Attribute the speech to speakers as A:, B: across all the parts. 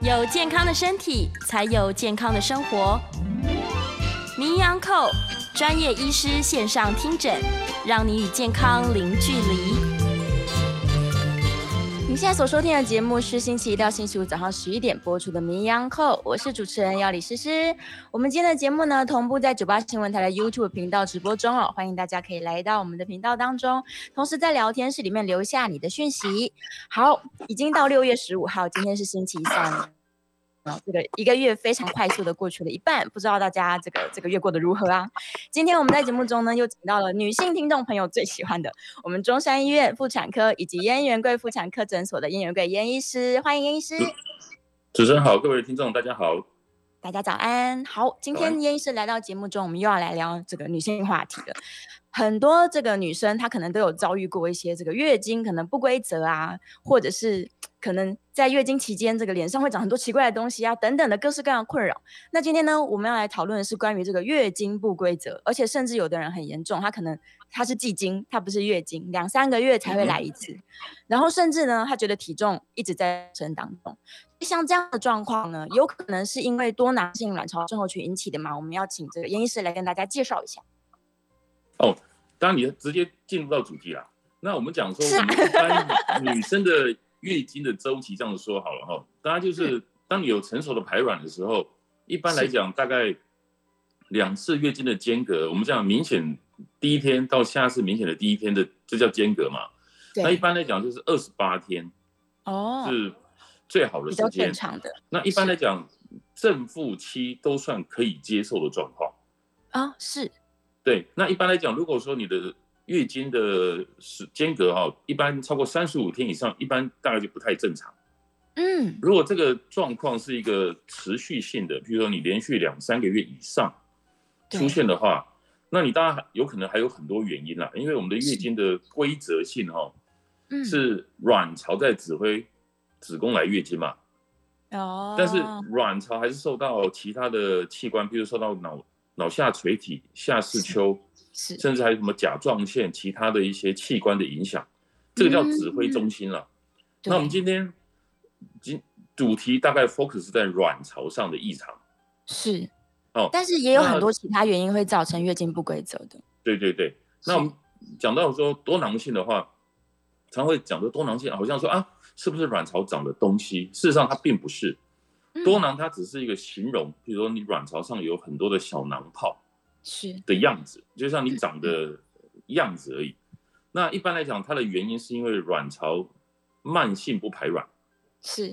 A: 有健康的身体，才有健康的生活。名扬寇专业医师线上听诊，让你与健康零距离。
B: 你现在所收听的节目是星期一到星期五早上十一点播出的《名扬扣》，我是主持人要李诗诗。我们今天的节目呢，同步在九八新闻台的 YouTube 频道直播中哦，欢迎大家可以来到我们的频道当中，同时在聊天室里面留下你的讯息。好，已经到六月十五号，今天是星期三了。啊，这个一个月非常快速的过去了一半，不知道大家这个这个月过得如何啊？今天我们在节目中呢，又请到了女性听众朋友最喜欢的我们中山医院妇产科以及燕园贵妇产科诊所的燕园贵燕医师，欢迎燕医 师。
C: 主持人好，各位听众大家好。
B: 大家早安，好，今
C: 早
B: 天
C: 安
B: 燕医师来到节目中，我们又要来聊这个女性话题了。很多这个女生她可能都有遭遇过一些这个月经可能不规则啊，或者是可能在月经期间这个脸上会长很多奇怪的东西啊，等等的各式各样的困扰。那今天呢，我们要来讨论的是关于这个月经不规则，而且甚至有的人很严重，她可能她是季经，她不是月经，两三个月才会来一次，然后甚至呢，她觉得体重一直在上升当中。像这样的状况呢，有可能是因为多囊性卵巢症候群引起的嘛？我们要请这个严医师来跟大家介绍一下。
C: 当然你直接进入到主题啦。那我们讲说，
B: 是啊
C: 我们一般女生的月经的周期这样说好了哈，当然就是当你有成熟的排卵的时候，一般来讲大概两次月经的间隔，我们讲明显第一天到下次明显的第一天的，这叫间隔嘛。那一，般来讲就是二十八天
B: 哦，
C: 是最好的
B: 比
C: 时
B: 较
C: 间
B: 正。常的
C: 那一般来讲，正负期都算可以接受的状况。
B: 啊、是
C: 对，那一般来讲，如果说你的月经的时间隔哈、一般超过三十五天以上，一般大概就不太正常。
B: 嗯，
C: 如果这个状况是一个持续性的，比如说你连续两三个月以上
B: 对
C: 出现的话，那你当然还有可能还有很多原因啦，因为我们的月经的规则性哈、
B: 嗯
C: 是卵巢在指挥子宫来月经嘛，
B: 哦，
C: 但是卵巢还是受到其他的器官，比如受到脑脑下垂体、下视丘。
B: 是
C: 甚至还有什么甲状腺、其他的一些器官的影响，这个叫指挥中心了。那我们
B: 嗯对
C: 今天今主题大概 focus 在卵巢上的异常。
B: 是
C: 哦
B: 但是也有
C: 那
B: 很多其他原因会造成月经不规则的。
C: 对对对，那我们讲到说多囊性的话，常会讲的多囊性，好像说啊，是不是卵巢长的东西？事实上它并不是，
B: 嗯
C: 多囊它只是一个形容，比如说你卵巢上有很多的小囊泡，
B: 是
C: 的样子，就像
B: 嗯
C: 你长的样子而已。那一般来讲，它的原因是因为卵巢慢性不排卵，
B: 是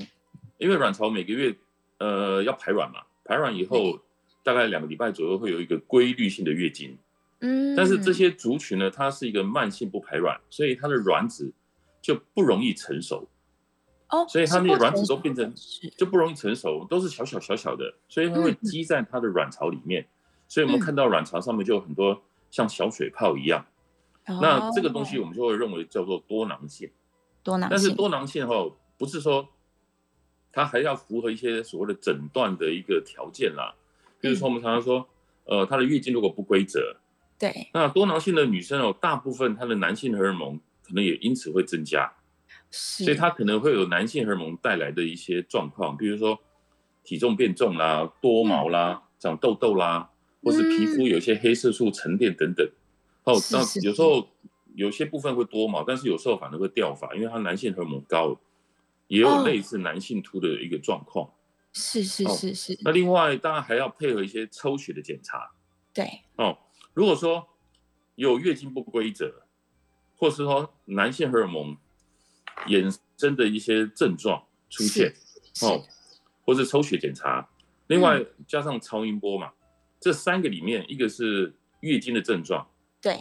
C: 因为卵巢每个月呃要排卵嘛，排卵以后大概两个礼拜左右会有一个规律性的月经。
B: 嗯，
C: 但是这些族群呢，它是一个慢性不排卵，所以它的卵子就不容易成熟，
B: 哦，
C: 所以它
B: 是
C: 那
B: 不
C: 个卵
B: 成
C: 子都
B: 熟
C: 变
B: 的
C: 成
B: 是
C: 就不容易成熟，都是小小小小的，所以它会
B: 嗯
C: 积在它的卵巢里面。所以我们
B: 嗯
C: 看到卵巢上面就有很多像小水泡一样。那这个东西
B: 哦
C: 我们就会认为叫做多囊性，
B: 多囊
C: 但是
B: 性
C: 多囊性哈，不是说它还要符合一些所谓的诊断的一个条件啦。比如说我们常常说，呃，她的月经如果不规则，
B: 对
C: 那多囊性的女生哦，大部分她的男性荷尔蒙可能也因此会增加，
B: 是，
C: 所以她可能会有男性荷尔蒙带来的一些状况，比如说体重变重啦、多毛
B: 嗯
C: 啦、长痘痘啦，或是皮肤有一些黑色素沉淀等等。哦，
B: 是
C: 那
B: 是
C: 有时
B: 是
C: 候有些部分会多毛，但是有时候反而会掉发，因为它男性荷尔蒙高，也有
B: 哦
C: 类似男性秃的一个状况。
B: 是是
C: 哦
B: 是是，
C: 那另外当然还要配合一些抽血的检查，
B: 对
C: 哦，如果说有月经不规则，或是说男性荷尔蒙衍生的一些症状出现，
B: 是
C: 哦，或是抽血检查，另外加上超音波嘛，这三个里面，一个是月经的症状，
B: 对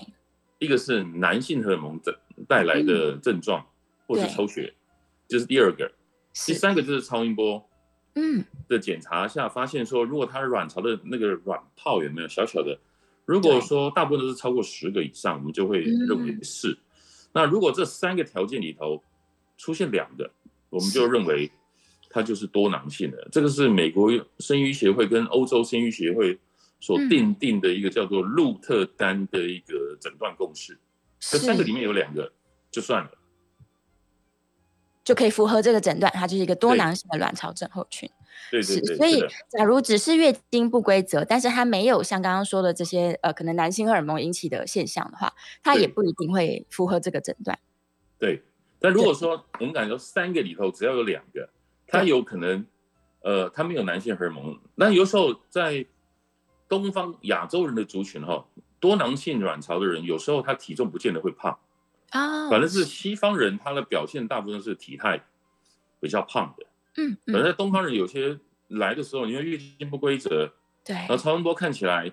C: 一个是男性荷尔蒙的带来的症状，或是
B: 嗯对
C: 抽血，这、是第二个，第
B: 是
C: 三个就是超音波。
B: 嗯
C: 的检查下发现说，如果她的卵巢的那个卵泡有没有小小的，如果说大部分都是超过十个以上，我们就会认
B: 嗯
C: 为是。那如果这三个条件里头出现两个，我们就认为它就是多囊性的。这个是美国生育协会跟欧洲生育协会所
B: 嗯
C: 定定的一个叫做鹿特丹的一个诊断共识。这
B: 是
C: 三个里面有两个就算了。
B: 就可以符合这个诊断，它就是一个多
C: 对
B: 囊性的卵巢症候群。
C: 对对
B: 是，
C: 对，
B: 所以
C: 是的
B: 假如只是月经不规则，但是它没有像刚刚说的这些呃，可能男性荷尔蒙引起的现象的话，它
C: 对
B: 也不一定会符合这个诊断。
C: 对。但如果说我们感觉三个里头只要有两个，它有可能，呃，它没有男性荷尔蒙。那有时候在东方亚洲人的族群哈，多囊性卵巢的人，有时候他体重不见得会胖，
B: 啊
C: 反正是西方人他的表现大部分是体态比较胖的。
B: 嗯
C: 反
B: 嗯，
C: 正在东方人有些来的时候，因为月经不规则，
B: 对，
C: 然后超声波看起来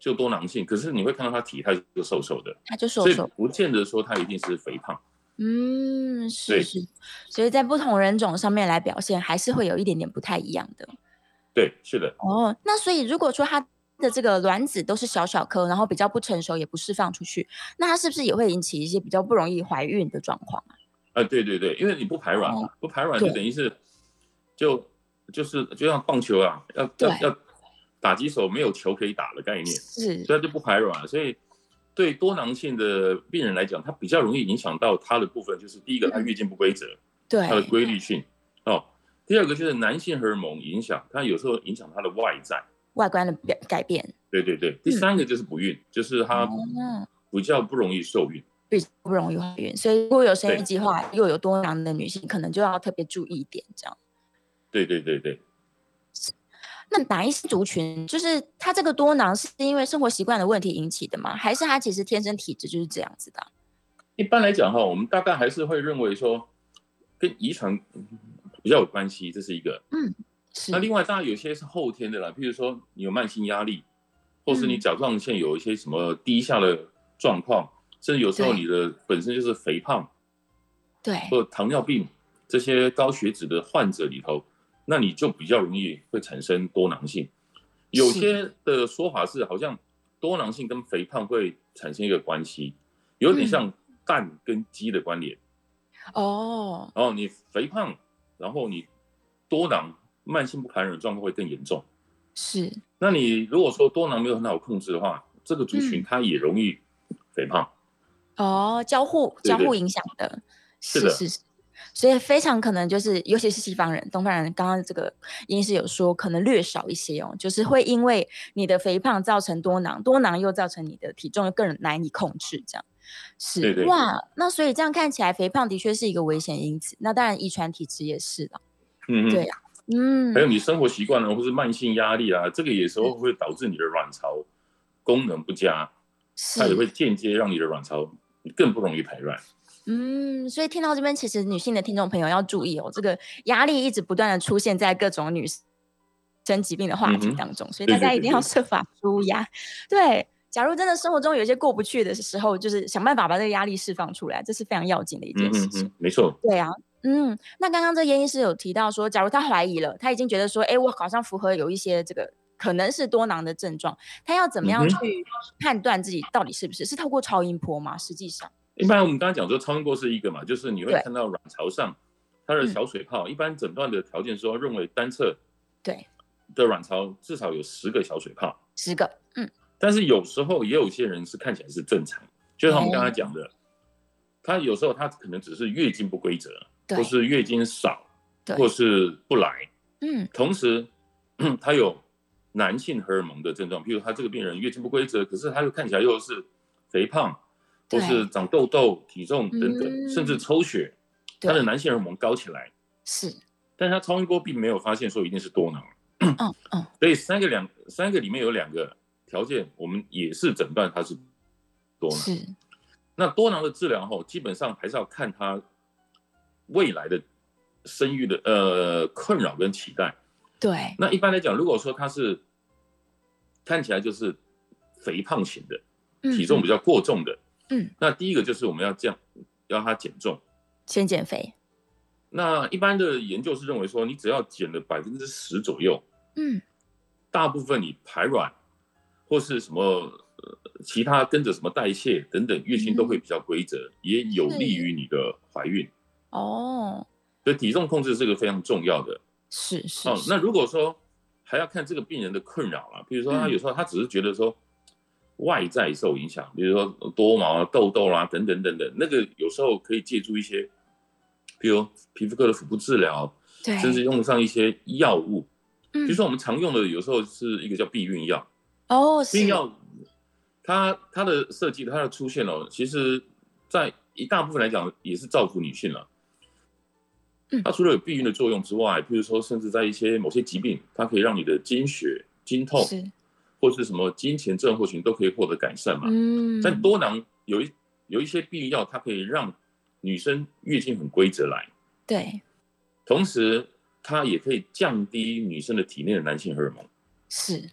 C: 就多囊性，可是你会看到他体态就瘦瘦的，
B: 他就瘦
C: 所以
B: 瘦，
C: 不见得说他一定是肥胖。
B: 嗯，是
C: 对
B: 是，所以在不同人种上面来表现，还是会有一点点不太一样的。
C: 对，是的，
B: 哦，那所以如果说它的这个卵子都是小小颗，然后比较不成熟，也不释放出去，那它是不是也会引起一些比较不容易怀孕的状况啊？
C: 啊、对对对，因为你不排卵嘛，不排卵就
B: 哦对
C: 等于是就就是就像棒球啊，要要
B: 对
C: 要打击手没有球可以打的概念，
B: 是，
C: 所以它就不排卵了，所以。对多囊性的病人来讲，它比较容易影响到它的部分，就是第一个，它月经不规则，
B: 嗯对
C: 它，的规律性哦。第二个就是男性荷尔蒙影响，它有时候影响它的外在，
B: 外观的表改变，
C: 对对对。第三个就是不孕，就是它
B: 嗯哦，
C: 比较不容易受孕，
B: 比较不容易怀孕，所以如果有生育
C: 对
B: 计划又有多囊的女性，可能就要特别注意一点这样。
C: 对对对对。
B: 那哪一些族群，就是她这个多囊是因为生活习惯的问题引起的吗？还是她其实天生体质就是这样子的啊？
C: 一般来讲哈，我们大概还是会认为说跟遗传比较有关系，这是一个。
B: 是
C: 那，另外当然有些是后天的啦，譬如说你有慢性压力，或是你
B: 嗯
C: 甲状腺有一些什么低下的状况，甚至有时候
B: 对
C: 你的本身就是肥胖，
B: 对，
C: 或糖尿病这些高血脂的患者里头，那你就比较容易会产生多囊性。有些的说法是，好像多囊性跟肥胖会产生一个关系，有
B: 嗯
C: 点像蛋跟鸡的关联。
B: 哦，
C: 然后你肥胖，然后你多囊，慢性不排卵状况会更严重。
B: 是，
C: 那你如果说多囊没有很好控制的话，这个族群
B: 嗯
C: 它也容易肥胖。
B: 哦，交互
C: 对
B: 交
C: 对
B: 互影响的，
C: 是
B: 是
C: 的
B: 是是，所以非常可能就是，尤其是西方人、东方人，刚刚这个医师有说，可能略少一些哦，就是会因为你的肥胖造成多囊，多囊又造成你的体重又更难以控制，这样是
C: 对对
B: 哇，那所以这样看起来，肥胖的确是一个危险因子，那当然遗传体质也是了，
C: 嗯
B: 对
C: 嗯。
B: 啊，嗯
C: 还，有你生活习惯啊，或是慢性压力啊，这个有时候会导致你的卵巢功能不佳，它也
B: 是，
C: 会间接让你的卵巢更不容易排卵。
B: 嗯，所以听到这边，其实女性的听众朋友要注意哦，这个压力一直不断的出现在各种女生疾病的话题
C: 嗯哼
B: 当中，所以
C: 对
B: 大
C: 对
B: 家
C: 对
B: 一定要
C: 对
B: 设法舒压。对，假如真的生活中有一些过不去的时候，就是想办法把这个压力释放出来，这是非常要紧的一
C: 嗯
B: 件事
C: 嗯
B: 情。
C: 嗯，没错，
B: 对啊，嗯，那刚刚这严医师有提到说，假如他怀疑了，他已经觉得说，哎，我好像符合有一些这个可能是多囊的症状，他要怎么样
C: 嗯
B: 去
C: 哼
B: 判断自己到底是不是？是透过超音波吗？实际上，
C: 一般我们刚刚讲说超音波是一个嘛，就是你会
B: 对
C: 看到卵巢上它的小水泡。一般诊断的条件说，认为单侧
B: 对，
C: 的卵巢至少有十个小水泡，
B: 十个，嗯，
C: 但是有时候也有些人是看起来是正常，就像我们刚才讲的，他有时候他可能只是月经不规则，
B: 对
C: 或，是月经少，
B: 对
C: 或是不来。
B: 嗯，
C: 同时，他有男性荷尔蒙的症状，譬如他这个病人月经不规则，可是他又看起来又是肥胖，
B: 对
C: 或是长痘痘、体重等等，
B: 嗯
C: 甚至抽血，
B: 对
C: 他的男性荷尔蒙高起来，
B: 是，
C: 但他超音波并没有发现说一定是多囊，
B: 嗯嗯，
C: 所以三个两三个里面有两个条件，我们也是诊断他是多囊。
B: 是，
C: 那多囊的治疗后，基本上还是要看他未来的生育的呃困扰跟期待。
B: 对，
C: 那一般来讲，如果说他是看起来就是肥胖型的，体重
B: 嗯
C: 比较过重的，
B: 嗯，
C: 那第一个就是我们要这样要他减重。
B: 先减肥，
C: 那一般的研究是认为说，你只要减了百分之十左右，
B: 嗯，
C: 大部分你排卵或是什么、呃、其他跟着什么代谢等等，月
B: 嗯
C: 经都会比较规则，也有利于你的怀孕。
B: 哦，
C: 所以体重控制是个非常重要的。
B: 是是
C: 哦，
B: 是
C: 那如果说还要看这个病人的困扰啊，比如说他
B: 嗯
C: 有时候他只是觉得说外在受影响，比如说多毛啊、痘痘啦、等等等等，那个有时候可以借助一些，比如皮肤科的腹部治疗，
B: 对，
C: 甚至用上一些药物，
B: 嗯
C: 比如说我们常用的有时候是一个叫避孕药，
B: 哦，
C: 避
B: 是
C: 孕药它它的设计它的出现哦，其实在一大部分来讲也是造福女性了
B: 嗯。
C: 它除了有避孕的作用之外，比如说甚至在一些某些疾病，它可以让你的经血、经痛
B: 是，
C: 或是什么经前症候群都可以获得改善嘛。
B: 嗯，
C: 但多囊有一有一些避孕药，它可以让女生月经很规则来，
B: 对，
C: 同时它也可以降低女生的体内的男性荷尔蒙，
B: 是，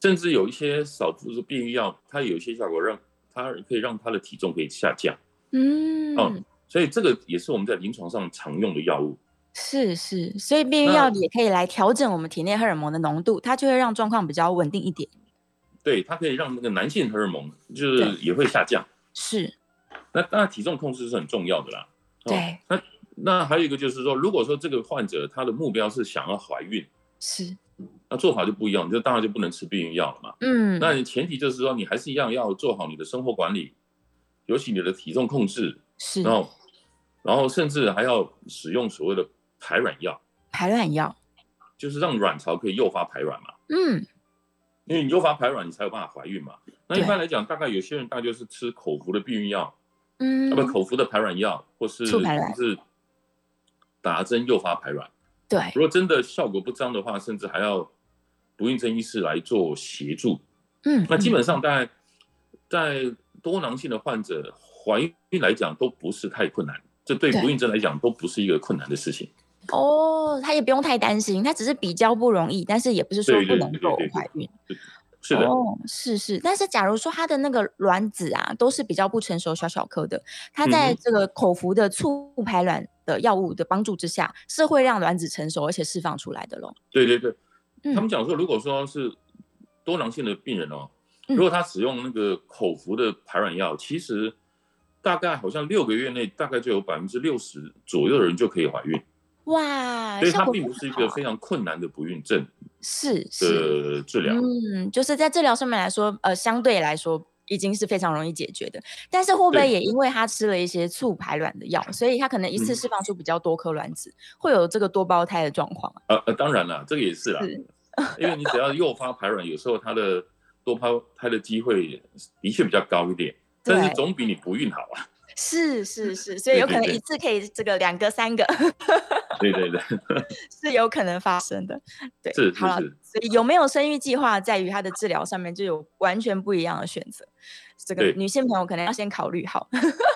C: 甚至有一些少数的避孕药，它有一些效果让它可以让她的体重可以下降。
B: 嗯，
C: 哦所以这个也是我们在临床上常用的药物。
B: 是是，所以避孕
C: 那
B: 药也可以来调整我们体内荷尔蒙的浓度，它就会让状况比较稳定一点。
C: 对，它可以让那个男性荷尔蒙就
B: 对
C: 是也会下降。
B: 是，
C: 那当然体重控制是很重要的啦。哦
B: 对，
C: 那那还有一个就是说，如果说这个患者他的目标是想要怀孕，
B: 是，
C: 那做法就不一样，你就当然就不能吃避孕药了嘛。
B: 嗯，
C: 那你前提就是说，你还是一样要做好你的生活管理，尤其你的体重控制，
B: 是
C: 然后，然后甚至还要使用所谓的排卵药，
B: 排卵药，
C: 就是让卵巢可以诱发排卵嘛。
B: 嗯，
C: 因为你诱发排卵，你才有办法怀孕嘛。那一
B: 对
C: 般来讲，大概有些人大概就是吃口服的避孕药，
B: 嗯
C: 啊，不，口服的排卵药，或是
B: 促排卵
C: 是打针诱发排卵。
B: 嗯对，
C: 如果真的效果不彰的话，甚至还要不孕症医师来做协助。
B: 嗯，
C: 那基
B: 嗯
C: 本上在在多囊性的患者怀孕来讲都不是太困难，这对
B: 对
C: 不孕症来讲都不是一个困难的事情。
B: 哦，他也不用太担心，他只是比较不容易，但是也不是说
C: 对
B: 不
C: 对
B: 能
C: 对对
B: 够
C: 对对
B: 怀孕。
C: 是的，
B: 哦，是是，但是假如说他的那个卵子啊，都是比较不成熟、小小颗的，他在
C: 嗯哼
B: 这个口服的促排卵的药物的帮助之下，是会让卵子成熟而且释放出来的咯。
C: 对对对，
B: 嗯
C: 他们讲说，如果说是多囊性的病人哦，
B: 嗯
C: 如果他使用那个口服的排卵药，其实大概好像六个月内，大概就有百分之六十左右的人就可以怀孕，
B: 哇，
C: 所以
B: 效
C: 它
B: 果
C: 并
B: 很
C: 不是一
B: 好
C: 个
B: 啊
C: 非常困难的不孕症
B: 是是，
C: 的治疗。
B: 嗯，就是在治疗上面来说，呃，相对来说已经是非常容易解决的。但是会不会
C: 对
B: 也因为他吃了一些促排卵的药，所以他可能一次
C: 嗯
B: 释放出比较多颗卵子，会有这个多胞胎的状况啊？
C: 呃呃，当然了，这个也是啦，
B: 是
C: 因为你只要诱发排卵，有时候它的多胞胎的机会的确比较高一点，但是
B: 对
C: 总比你不孕好啊。
B: 是是是，所以
C: 对
B: 有
C: 对
B: 可能
C: 对
B: 一次可以这个两个三个
C: 对对对，
B: 是有可能发生的。对，
C: 是是
B: 好了
C: 是，
B: 所以有没有生育计划，在于他的治疗上面就有完全不一样的选择。这个
C: 对
B: 女性朋友可能要先考虑好。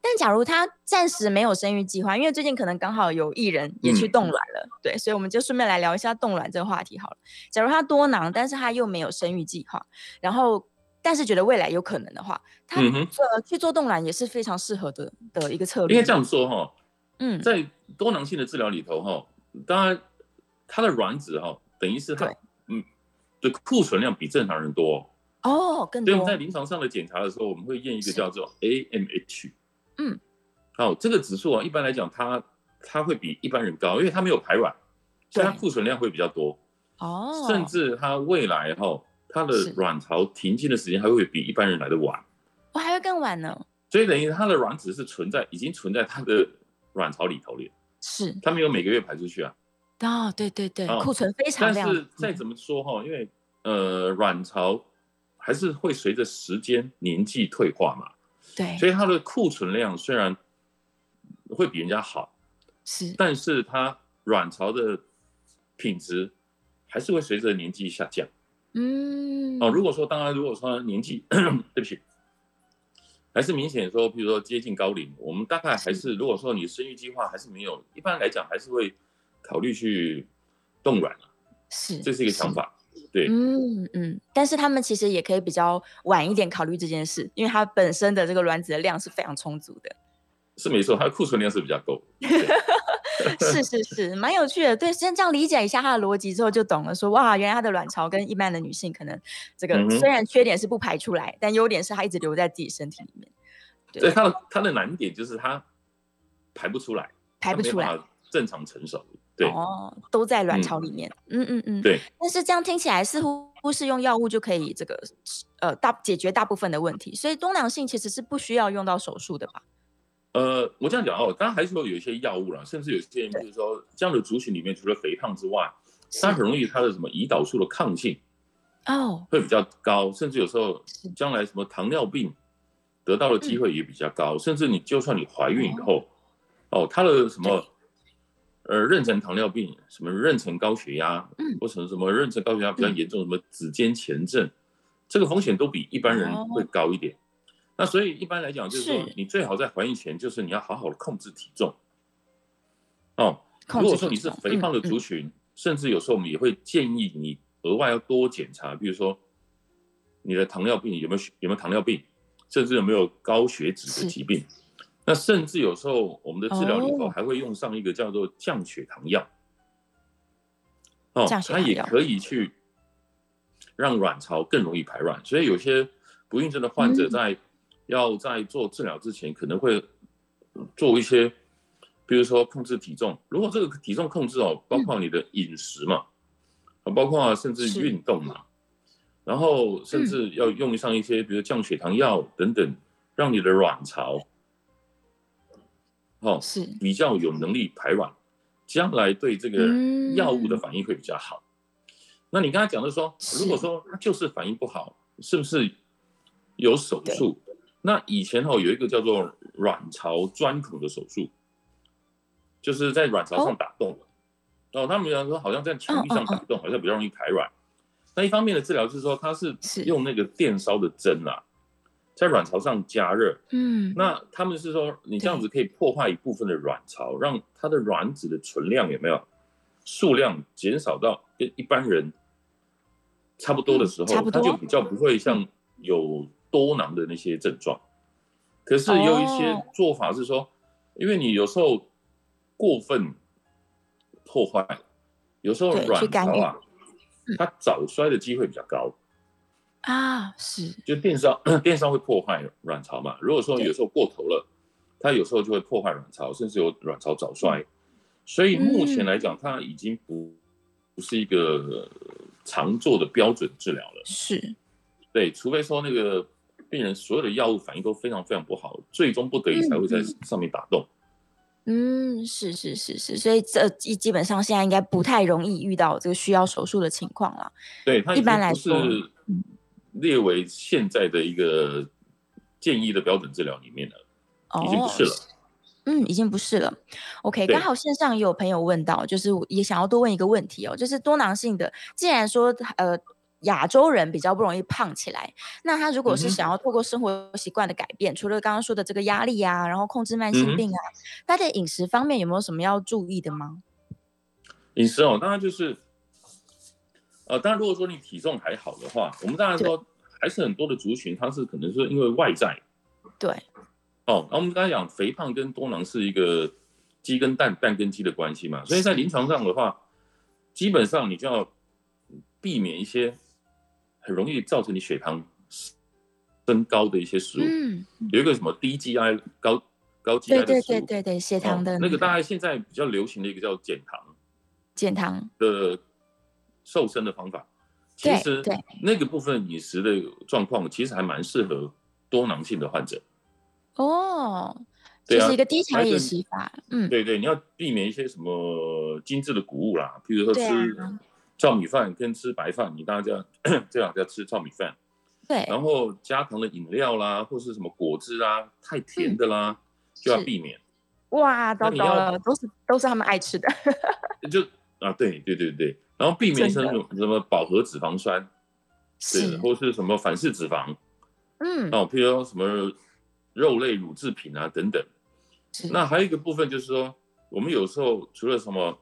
B: 但假如她暂时没有生育计划，因为最近可能刚好有艺人也去
C: 嗯
B: 冻卵了，对，所以我们就顺便来聊一下冻卵这个话题好了。假如她多囊，但是她又没有生育计划，然后但是觉得未来有可能的话，她
C: 嗯哼，
B: 呃去做冻卵也是非常适合的的一个策
C: 应
B: 略。
C: 该这样说哈、
B: 嗯，
C: 在多囊性的治疗里头哈、当然它的卵子哈、等于是它
B: 对
C: 嗯的库存量比正常人多、哦，
B: 哦，更
C: 所以我
B: 多
C: 们在临床上的检查的时候，我们会验一
B: 是
C: 个叫做 AMH，
B: 嗯，
C: 好、这个指数啊，一般来讲它它会比一般人高，因为它没有排卵，所以它
B: 对
C: 库存量会比较多。
B: 哦，
C: 甚至它未来哈、它的
B: 是
C: 卵巢停经的时间还会比一般人来的晚，
B: 我还会更晚呢。
C: 所以等于它的卵子是存在，已经存在它的卵巢里头了，
B: 是
C: 它没有每个月排出去啊。
B: 哦，对对对，
C: 哦
B: 库存非常
C: 但
B: 量。嗯
C: 是再怎么说哈、因为呃卵巢还是会随着时间、年纪退化嘛，
B: 对，
C: 所以它的库存量虽然会比人家好，
B: 是
C: 但是它卵巢的品质还是会随着年纪下降。
B: 嗯
C: 哦，如果说当然，如果说年纪， 对不起，还是明显说，比如说接近高龄，我们大概还是如果说你生育计划还是没有，一般来讲还是会考虑去冻卵，
B: 是
C: 这是一个想。法。对
B: 嗯嗯，但是他们其实也可以比较晚一点考虑这件事，因为它本身的这个卵子的量是非常充足 的。
C: 是没错，它的库存量是比较够。
B: 是是是，蛮有趣的。对，先这样理解一下它的逻辑之后，就懂了说哇，原来它的卵巢跟一般的女性可能这个
C: 嗯哼
B: 虽然缺点是不排出来，但优点是它一直留在自己身体里面，对
C: 所以它的它的难点就是它排不出来，
B: 排不
C: 啊它没
B: 出来
C: 办。法正常成熟。对，
B: 哦，都在卵
C: 嗯
B: 巢里面。嗯嗯嗯，
C: 对。
B: 但是这样听起来似乎是用药物就可以这个呃大解决大部分的问题，所以多囊性其实是不需要用到手术的吧？
C: 呃，我这样讲哦，当然还是说有一些药物啦，甚至有些人就是说这样的族群里面，除了肥胖之外，它很容易它的什么胰岛素的抗性
B: 哦，
C: 会比较高，甚至有时候将来什么糖尿病得到的机会也比较
B: 嗯
C: 高，甚至你就算你怀孕以后，哦，它的什么呃妊娠糖尿病、什么妊娠高血压，
B: 嗯
C: 或者什么妊娠高血压比较严重，什么子痫前症，这个风险都比一般人会高一点。那所以一般来讲，就是说
B: 哦是
C: 你最好在怀孕前，就是你要好好的控制体重。哦，
B: 控
C: 如果
B: 制
C: 说
B: 体
C: 你是
B: 重
C: 肥胖的
B: 嗯嗯
C: 族群，甚至有时候我们也会建议你额外要多检查，比如说你的糖尿病有没有有没有糖尿病，甚至有没有高血脂
B: 是
C: 的疾病。那甚至有时候我们的治疗以后
B: 哦
C: 还会用上一个叫做降血糖药，哦
B: 降，血
C: 它
B: 糖
C: 也
B: 药
C: 可以去让卵巢更容易排卵。所以有些不孕症的患者
B: 嗯
C: 在、要在做治疗之前，可能会做一些，比如说控制体重。如果这个体重控制哦，
B: 嗯
C: 包括你的饮食嘛，啊，包括甚至
B: 是嗯
C: 运动嘛，然后甚至要用上一些，比如降血糖药等等，让你的卵巢，哦，
B: 是
C: 比较有能力排卵，将来对这个
B: 嗯
C: 药物的反应会比较好。那你刚才讲的说，
B: 是
C: 如果说它就是反应不好，是不是有手术？那以前哦有一个叫做卵巢钻孔的手术，就是在卵巢上打洞。哦他们讲说好像
B: 嗯
C: 在墙壁上打洞，好像比较容易排卵。那一方面的治疗就是说，它是
B: 是
C: 用那个电烧的针啊，在卵巢上加热，
B: 嗯，
C: 那他们是说，你这样子可以破坏一部分的卵巢，让它的卵子的存量有没有数量减少到跟一般人差不多的时候，
B: 嗯差不多
C: 它就比较不会像有多囊的那些症状。可是也有一些
B: 哦
C: 做法是说，因为你有时候过分破坏，有时候
B: 对去
C: 卵
B: 干
C: 巢
B: 预
C: 啊，它早衰的机会比较高。
B: 啊是
C: 就电烧， 电烧会破坏卵巢嘛。如果说有时候过头了，它有时候就会破坏卵巢，甚至有卵巢早
B: 嗯
C: 衰。所以目前来讲，它已经不不是一个呃常做的标准治疗了。
B: 是
C: 对，除非说那个病人所有的药物反应都非常非常不好，最终不得已才会在上面打洞。
B: 嗯是是是是，所以这基基本上现在应该不太容易遇到这个需要手术的情况了。
C: 对，它已
B: 一般来
C: 经
B: 说嗯
C: 不是列为现在的一个建议的标准治疗里面了，
B: 哦，
C: 已经不是了。
B: 嗯，已经不是了。OK，
C: 对
B: 刚好线上也有朋友问到，就是我也想要多问一个问题哦，就是多囊性的，既然说呃亚洲人比较不容易胖起来，那他如果是
C: 嗯哼
B: 想要透过生活习惯的改变，除了刚刚说的这个压力啊，然后控制慢
C: 嗯
B: 性
C: 哼
B: 病啊，他的饮食方面有没有什么要注意的吗？
C: 饮食哦，当然就是，呃，当然如果说你体重还好的话，我们当然说还是很多的族群，它是可能是因为外在
B: 对，
C: 哦。那我们刚才讲肥胖跟多囊是一个鸡跟蛋、蛋跟鸡的关系嘛，所以在临床上的话，基本上你就要避免一些很容易造成你血糖升高的一些食物，
B: 嗯，
C: 有一个什么低 GI 高高 GI
B: 对
C: 的
B: 对
C: 食物
B: 对，对对，血
C: 哦
B: 糖的
C: 那个大
B: 概
C: 概现在比较流行的一个叫减糖。
B: 减糖，
C: 的瘦身的方法，其
B: 对
C: 实
B: 对
C: 那个部分饮食的状况其实还蛮适合多囊性的患者。
B: 哦，
C: 对
B: 就
C: 啊
B: 是一个低
C: 还
B: 糖饮
C: 是
B: 食法，嗯，
C: 对对，你要避免一些什么精致的谷物啦，譬如说
B: 对啊
C: 吃糙米饭跟吃白饭，你大家 这两家吃糙米饭，
B: 对，
C: 然后加糖的饮料啦，或是什么果汁啊，太甜的啦，就
B: 嗯
C: 要
B: 是
C: 避免。
B: 哇，糟
C: 那你
B: 糕
C: 要
B: 了，都是都是他们爱吃的，
C: 就啊，对对对对，然后避免
B: 真
C: 什
B: 的
C: 么什么饱和脂肪酸，对，
B: 是，
C: 或是什么反式脂肪，
B: 嗯，
C: 哦，譬如说什么肉类乳制品啊等等。
B: 是
C: 那还有一个部分就是说，我们有时候除了什么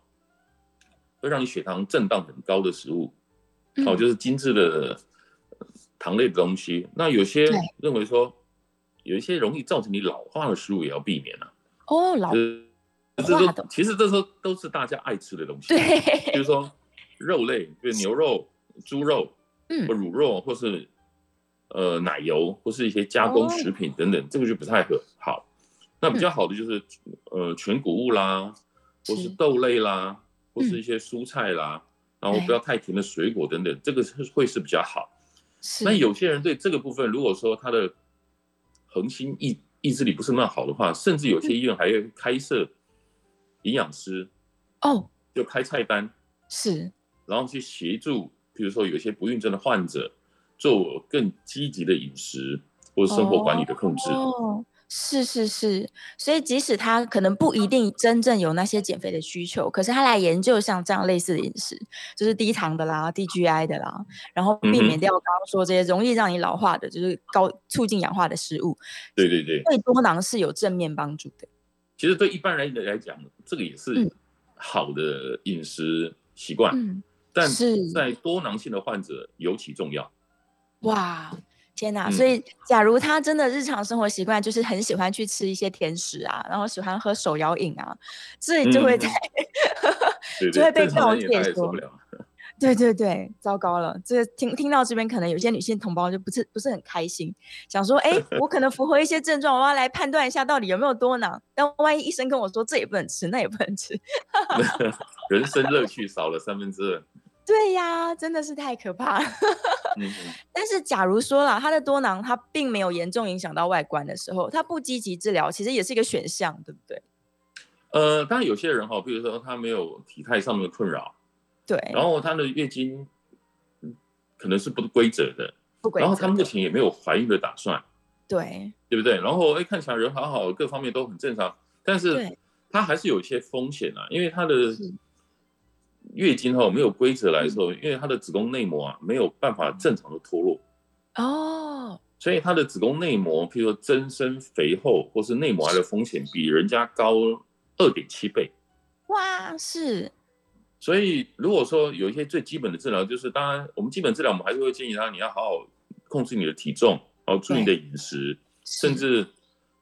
C: 会让你血糖震荡很高的食物，哦，
B: 嗯
C: 就是精致的呃糖类的东西。那有些
B: 对
C: 认为说，有一些容易造成你老化的食物也要避免啊。
B: 哦，老
C: 就是
B: 老
C: 这
B: 化
C: 都
B: 的
C: 其实这都都是大家爱吃的东西，，
B: 对，
C: 比如说肉类，比如牛肉、猪肉，
B: 嗯
C: 或乳肉，或是呃奶油，或是一些加
B: 哦
C: 工食品等等，这个就不太合好。那
B: 嗯
C: 比较好的就是、呃全谷物啦，或
B: 是嗯
C: 是豆类啦，或是一些蔬菜啦，然后不
B: 哎
C: 要太甜的水果等等，这个是会是比较好。
B: 是
C: 那有些人对这个部分，如果说他的恒心意意志力不是那么好的话，甚至有
B: 嗯
C: 些医院还会开设营养师，
B: 哦，
C: 就开菜单，
B: 是，
C: 然后去协助，比如说有一些不孕症的患者做更积极的饮食或者生活管理的控制。
B: 哦，是是是，所以即使他可能不一定真正有那些减肥的需求，可是他来研究像这样类似的饮食，就是低糖的啦、低 GI 的啦，然后避
C: 嗯哼
B: 免掉刚刚说这些容易让你老化的，就是高促进氧化的食物，
C: 对对对，
B: 对多囊是有正面帮助的。
C: 其实对一般人来讲，这个也是
B: 嗯
C: 好的饮食习惯，
B: 嗯，
C: 啊但
B: 是
C: 在多囊性的患者尤其重要。
B: 哇。天呐！
C: 嗯
B: 所以，假如他真的日常生活习惯就是很喜欢去吃一些甜食啊，然后喜欢喝手摇饮啊，这就会
C: 嗯
B: 在、
C: 对
B: 就会
C: 对，
B: 被
C: 正常人也
B: 告诫
C: 大概受
B: 说
C: 不了。
B: 对对对，糟糕了！这个听听到这边，可能有些女性同胞就不是不是很开心，想说，哎，我可能符合一些症状，我要来判断一下到底有没有多囊。但万一医生跟我说这也不能吃，那也不能吃，
C: 人生乐趣少了三分之二。
B: 对呀，真的是太可怕了。
C: 嗯，
B: 但是假如说啦，他的多囊它并没有严重影响到外观的时候，它不积极治疗，其实也是一个选项，对不对？
C: 呃，当然有些人哈、比如说他没有体态上面的困扰，
B: 对，
C: 然后他的月经嗯可能是不规则的，
B: 不规
C: 然后
B: 则
C: 他目
B: 的
C: 前也没有怀孕的打算，
B: 对，
C: 对不对？然后哎，看起来人好好，各方面都很正常，但是
B: 对
C: 他还是有一些风险啊，因为他的
B: 是嗯
C: 月经哈、没有规则来说，因为他的子宫内膜啊没有办法正常的脱落，
B: 哦，
C: 所以他的子宫内膜，譬如说增生、肥厚或是内膜癌的风险比人家高二点七倍。
B: 哇，是，
C: 所以如果说有一些最基本的治疗，就是当然我们基本治疗，我们还是会建议他你要好好控制你的体重，然后注意你的饮食，甚
B: 是
C: 至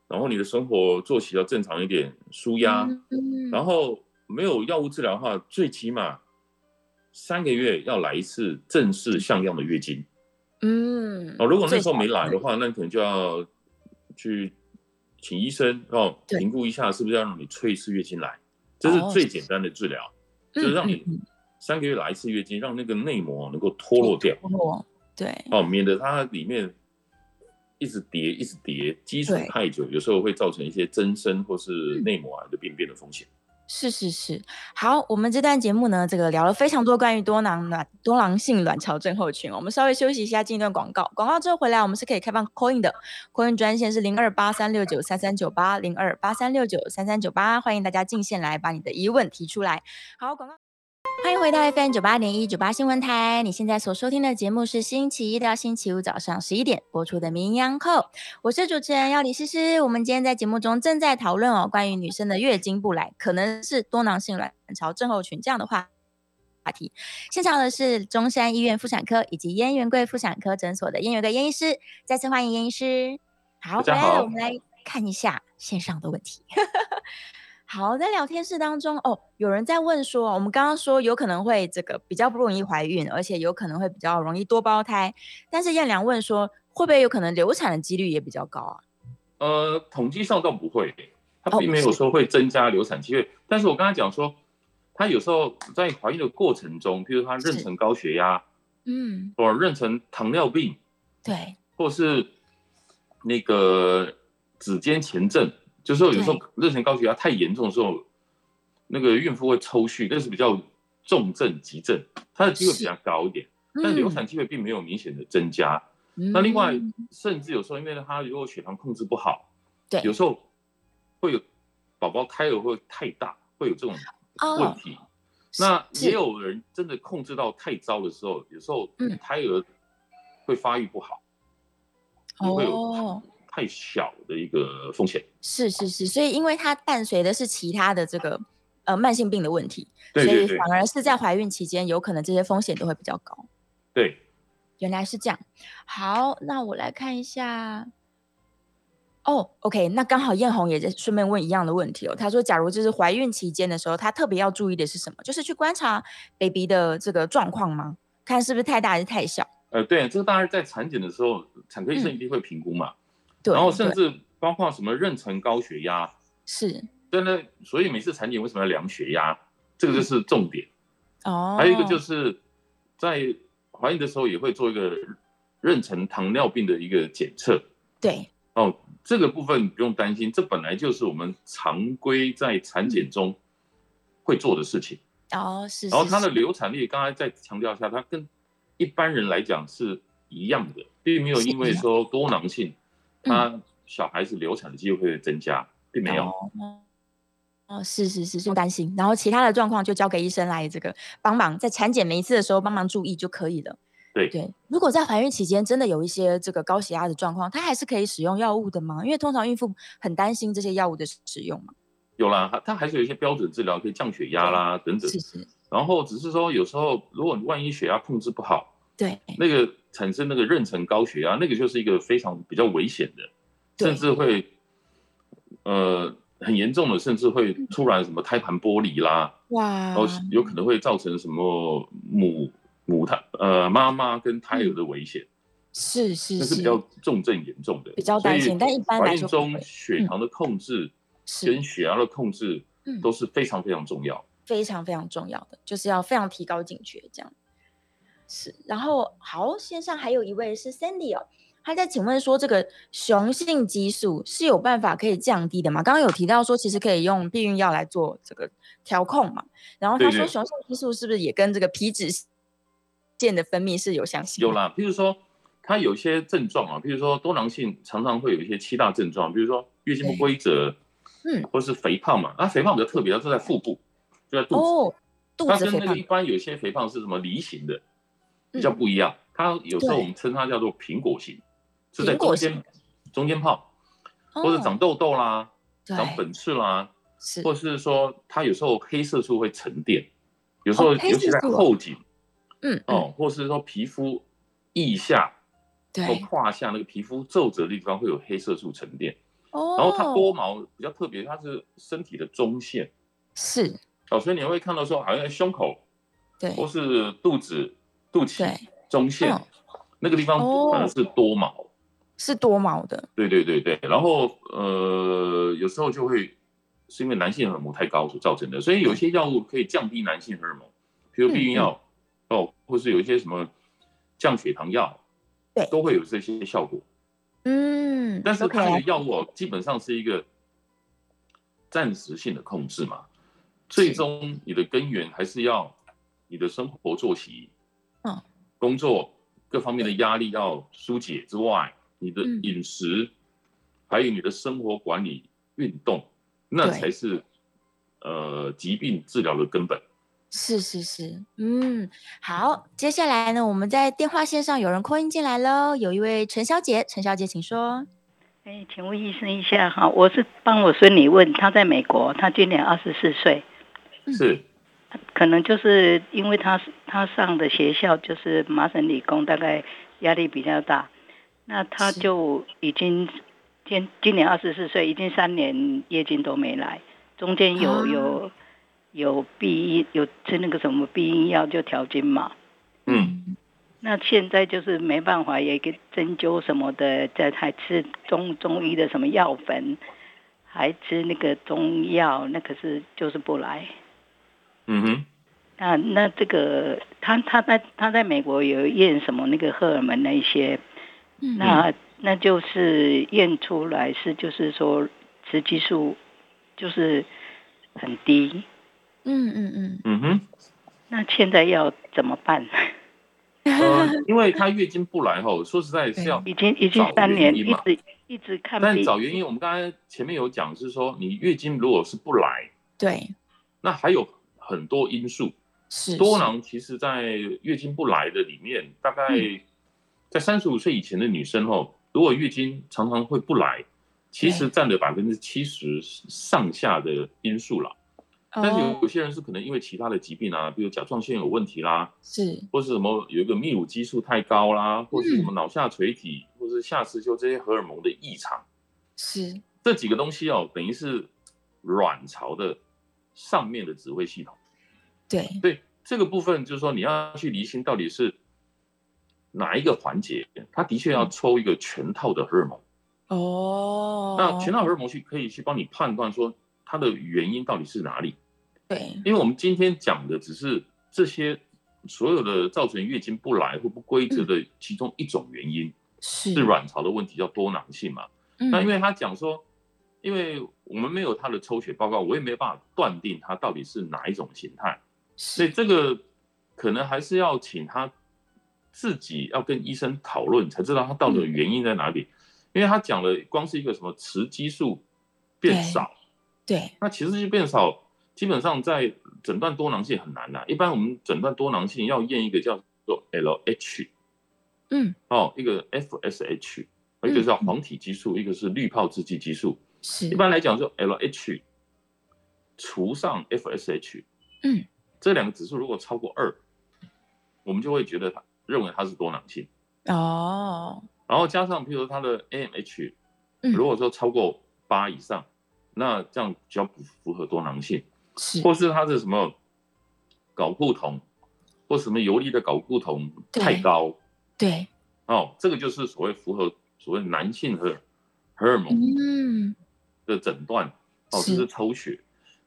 C: 然后你的生活作息要正常一点，舒压。
B: 嗯嗯
C: 然后没有药物治疗的话，最起码三个月要来一次正式像样的月经。
B: 嗯
C: 哦，如果那
B: 最
C: 时候
B: 少
C: 没来
B: 可
C: 的
B: 以
C: 话，那你可能就要去请医生哦，
B: 对
C: 评估一下是不是要让你催一次月经来，这是
B: 哦
C: 最简单的治疗，就是
B: 嗯
C: 让
B: 嗯
C: 你三个月来一次月经，让那个内膜能够脱落掉
B: 脱落，对，
C: 哦，免得它里面一直叠一直叠，积储
B: 对嗯
C: 太久，有时候会造成一些增生或是内膜癌的病变的风险。
B: 是是是。好，我们这段节目呢，这个聊了非常多关于多囊卵多囊性卵巢症候群，我们稍微休息一下，进一段广告。广告之后回来，我们是可以开放 coin 的，coin 专线是零二八三六九三三九八零二八三六九三三九八，欢迎大家进线来把你的疑问提出来。好，广告。欢迎回到 FM 九八点一九八新闻台，你现在所收听的节目是星期一到星期五早上十一点播出的《名扬扣》，我是主持人要李诗诗。我们今天在节目中正在讨论哦，关于女生的月经不来，可能是多囊性卵巢症候群这样的话话题。现场的是中山医院妇产科以及燕园贵妇产科诊所的燕园贵燕医师，再次欢迎燕医师。好，
C: 大
B: 回来
C: 家
B: 了，
C: 好
B: 我们来看一下线上的问题。 好，在聊天室当中哦，有人在问说，我们刚刚说有可能会这个比较不容易怀孕，而且有可能会比较容易多胞胎，但是燕良问说，会不会有可能流产的几率也比较高啊？
C: 呃，统计上倒不会，它
B: 哦
C: 并
B: 不
C: 没有
B: 是
C: 说会增加流产机会。但是我刚才讲说，她有时候在怀孕的过程中，譬如她妊
B: 是
C: 娠高血压，
B: 嗯，
C: 或妊娠糖尿病，
B: 对，
C: 或是那个指尖前症，就是说有时候妊娠高血压太严重的时候，那个孕妇会抽搐，那是比较重症急症，它的机会比
B: 是
C: 较高一点，但流产机会并没有明显的增加。
B: 嗯，
C: 那另外
B: 嗯，
C: 甚至有时候因为他如果血糖控制不好，
B: 对
C: 有时候会有宝宝胎儿会太大，会有这种问题。那
B: 哦是
C: 也有人真的控制到太糟的时候，有时候
B: 嗯
C: 胎儿会发育不好，也会有
B: 哦，
C: 太小的一个风险。
B: 是是是，所以因为它伴随的是其他的这个呃慢性病的问题，
C: 对对
B: 所以
C: 对
B: 反而是在怀孕期间，有可能这些风险都会比较高。
C: 对，
B: 原来是这样。好，那我来看一下。哦、o k 那刚好艳红也在顺便问一样的问题哦。她说，假如就是怀孕期间的时候，她特别要注意的是什么？就是去观察 baby 的这个状况吗？看是不是太大还是太小？
C: 呃，对，这个当然在产检的时候，产科医生
B: 嗯
C: 一定会评估嘛，
B: 对，
C: 然后甚
B: 对
C: 至包括什么妊娠高血压，
B: 是
C: 真的，所以每次产检为什么要量血压？这个就是重点。
B: 嗯哦，
C: 还有一个就是在怀孕的时候也会做一个妊娠糖尿病的一个检测
B: 对，
C: 哦，这个部分你不用担心，这本来就是我们常规在产检中会做的事情。
B: 哦，是，
C: 然后它
B: 是
C: 的流产率，刚才再强调一下，它跟一般人来讲是一样的，并没有因为说多囊性，
B: 嗯
C: 它小孩子流产的机会增加，并没有。
B: 哦，是是是，就担心。然后其他的状况就交给医生来这个帮忙，在产检每一次的时候帮忙注意就可以了。
C: 对
B: 对，如果在怀孕期间真的有一些这个高血压的状况，它还是可以使用药物的吗？因为通常孕妇很担心这些药物的使用嘛。
C: 有啦，它它还是有一些标准治疗，可以降血压啦等等
B: 是。是，
C: 然后只是说有时候如果你万一血压控制不好，
B: 对
C: 那个产生那个妊娠高血压，那个就是一个非常比较危险的，
B: 对
C: 甚至会呃很严重的，甚至会突然什么胎盘剥离啦。
B: 哇
C: 然后有可能会造成什么母母胎呃妈妈跟胎儿的危险，
B: 是嗯是
C: 那
B: 是
C: 是比较重症严重的，
B: 比较担
C: 所以
B: 心，但一般
C: 怀
B: 来
C: 孕
B: 说不
C: 中
B: 会嗯
C: 血糖的控制
B: 是
C: 跟血压的控制
B: 嗯
C: 都是非常非常重要。
B: 非常非常重要的，就是要非常提高警觉，这样是。然后好，线上还有一位是 Sandy 哦，他在请问说这个雄性激素是有办法可以降低的吗？刚刚有提到说其实可以用避孕药来做这个调控嘛，然后他
C: 对
B: 说
C: 对
B: 雄性激素是不是也跟这个皮脂腺的分泌是有相性？
C: 有，啦，譬如说它有一些症状啊，譬如说多囊性常常会有一些七大症状，比如说月经不
B: 对
C: 规则，
B: 嗯，
C: 或是肥胖嘛。那啊肥胖比较特别，它是在腹部，就在肚子。
B: 哦，肚
C: 它
B: 子
C: 跟
B: 肥
C: 那个
B: 胖嗯
C: 一，般有些肥胖是什么梨形的，比较不一样。它有时候
B: 对
C: 我们称它叫做苹果型，是在
B: 苹果
C: 中
B: 型
C: 间中间泡，或者长
B: 哦
C: 痘痘啦、
B: 对
C: 长粉刺啦，
B: 是
C: 或是说它有时候黑色素会沉淀，有时候
B: 哦黑
C: 尤其在
B: 色素啊
C: 后颈
B: 嗯嗯
C: 哦，或是说皮肤腋下或
B: 对
C: 胯下那个皮肤皱褶的地方会有黑色素沉淀。
B: 哦，
C: 然后它多毛比较特别，它是身体的中线
B: 是
C: 哦，所以你会看到说好像胸口
B: 对
C: 或是肚子、肚脐
B: 对
C: 中线、
B: 嗯
C: 那个地方
B: 哦
C: 可能是多毛，
B: 是多毛的
C: 对对对对。然后呃，有时候就会是因为男性荷尔蒙太高所造成的，所以
B: 嗯
C: 有一些药物可以降低男性荷尔蒙，比如避孕药、哦，或是有一些什么降血糖药，
B: 对
C: 都会有这些效果。
B: 嗯，
C: 但是
B: 都可以
C: 它
B: 来
C: 的药物哦，基本上是一个暂时性的控制嘛，最终你的根源还是要你的生活作息、
B: 嗯、
C: 工作各方面的压力要疏解之外，你的
B: 嗯
C: 饮食、还有你的生活管理、运动，那
B: 对
C: 才是呃疾病治疗的根本。
B: 是是是，嗯，好，接下来呢，我们在电话线上有人 call in 进来喽，有一位陈小姐，陈小姐请说。
D: 哎，请问医生一下哈，我是帮我孙女问，她在美国，她今年二十四岁，
B: 嗯
C: 是
D: 可能就是因为她她上的学校就是麻省理工，大概压力比较大，那她
B: 是
D: 就已经今今年二十四岁，已经三年月经都没来，中间有、
B: 啊
D: 有有避孕有吃那个什么避孕药就调经嘛，
C: 嗯，
D: 那现在就是没办法，也给针灸什么的，在还吃中中医的什么药粉，还吃那个中药，那可是就是不来。
C: 嗯哼，
D: 那那这个他他在他在美国有验什么那个荷尔蒙那一些，
B: 嗯
D: 那那就是验出来是就是说雌激素就是很低。
B: 嗯嗯
C: 嗯哼。
D: 那现在要怎么办？
C: 呃，因为她月经不来吼，说实在是要
D: 已经已经
C: 找
D: 三年
C: 原因
D: 一
C: 嘛
D: 直一直看
C: 但
D: 病，
C: 找原因，我们刚才前面有讲是说，你月经如果是不来，
B: 对，
C: 那还有很多因素。
B: 是
C: 多
B: 是
C: 囊其实在月经不来的里面，大概在三十五岁以前的女生哦，如果月经常常会不来，其实占了百分之七十上下的因素啦。但是有
B: 哦
C: 有些人是可能因为其他的疾病啊，比如甲状腺有问题啦，
B: 是
C: 或是什么有一个泌乳激素太高啦，或是什么脑下垂体，或是下视丘这些荷尔蒙的异常。
B: 是
C: 这几个东西哦，等于是卵巢的上面的指挥系统。
B: 对
C: 对这个部分，就是说你要去厘清到底是哪一个环节，它的确要
B: 嗯
C: 抽一个全套的荷尔蒙。
B: 哦，
C: 那全套荷尔蒙去可以去帮你判断说它的原因到底是哪里，
B: 对
C: 因为我们今天讲的只是这些所有的造成月经不来或不规则的其中一种原因，
B: 嗯是嗯
C: 是卵巢的问题，叫多囊性嘛。那因为他讲说，因为我们没有他的抽血报告，我也没办法断定他到底是哪一种形态，所以这个可能还是要请他自己要跟医生讨论，才知道他到底原因在哪里。因为他讲了，光是一个什么雌激素变少，
B: 对，
C: 那其实就变少，基本上在诊断多囊性很难啦。一般我们诊断多囊性要验一个叫做 LH
B: 嗯，
C: 哦，一个 FSH，一个叫黄体激素，一个是滤泡制剂激素。
B: 是
C: 一，般来讲，就 LH 除上 FSH，
B: 嗯，
C: 这两个指数如果超过二，我们就会觉得它认为它是多囊性。
B: 哦，
C: 然后加上，譬如它的 AMH，
B: 嗯
C: 如果说超过八以上，那这样比较不符合多囊性，
B: 是，
C: 或是它的什么睾固酮，或什么游离的睾固酮
B: 对
C: 太高
B: 对，
C: 哦，这个就是所谓符合所谓男性荷荷尔蒙
B: 嗯，
C: 的诊断哦，
B: 是
C: 这是抽血。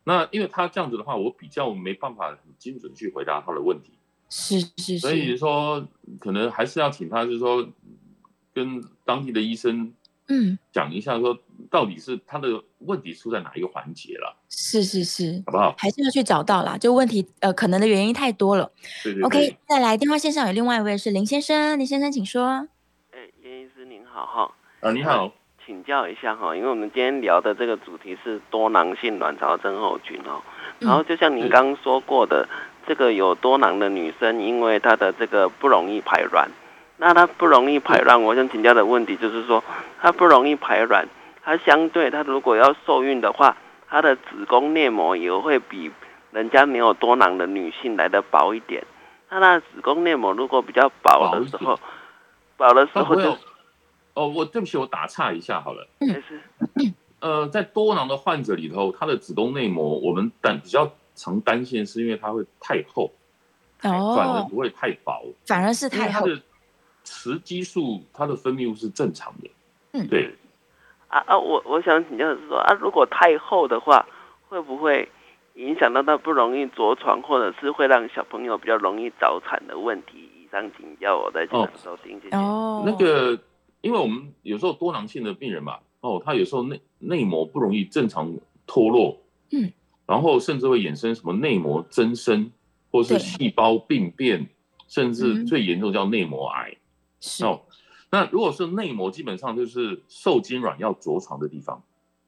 C: 那因为他这样子的话，我比较没办法很精准去回答他的问题，
B: 是是
C: 所以
B: 是，
C: 说可能还是要请他，就是说跟当地的医生
B: 嗯，
C: 讲一下，说到底是他的问题出在哪一个环节了，
B: 是是是，
C: 好不好？
B: 还是要去找到啦，就问题呃可能的原因太多了。
C: 对对对。
B: OK，再来电话线上有另外一位是林先生，林先生请说。
E: 哎，袁医师您好哈，
C: 啊，你好，
E: 请教一下哈，因为我们今天聊的这个主题是多囊性卵巢症候群哦，
B: 嗯
E: 然后就像您刚刚说过的，这个有多囊的女生，因为她的这个不容易排卵，那她不容易排卵，我想请教的问题就是说，她不容易排卵，她相对她如果要受孕的话，她的子宫内膜也会比人家没有多囊的女性来的薄一点，那她的子宫内膜如果比较薄
C: 薄
E: 的
C: 一
E: 时
C: 点
E: 候，薄的时
C: 那
E: 候
C: 我
E: 就
C: 有，哦，我对不起，我打岔一下好了。
E: 还是。
C: 呃，在多囊的患者里头，他的子宫内膜我们担比较常担心，是因为它会太厚，反而
B: 哦，
C: 不会太薄。
B: 反而是
C: 哎因为
B: 太
C: 它
B: 后，
C: 的雌激素它的分泌物是正常的。
B: 嗯
C: 对，
E: 啊啊，我我想请教的是说啊，如果太厚的话，会不会影响到他不容易着床，或者是会让小朋友比较容易早产的问题？以上请教我在现场收听，谢谢。
B: 哦，
C: 那个，因为我们有时候多囊性的病人嘛，哦，他有时候内内膜不容易正常脱落，
B: 嗯，
C: 然后甚至会衍生什么内膜增生，或是
B: 对
C: 细胞病变，甚
B: 嗯
C: 至
B: 哼
C: 最严重叫内膜癌。
B: 是
C: 哦，那如果是内膜，基本上就是受精卵要着床的地方。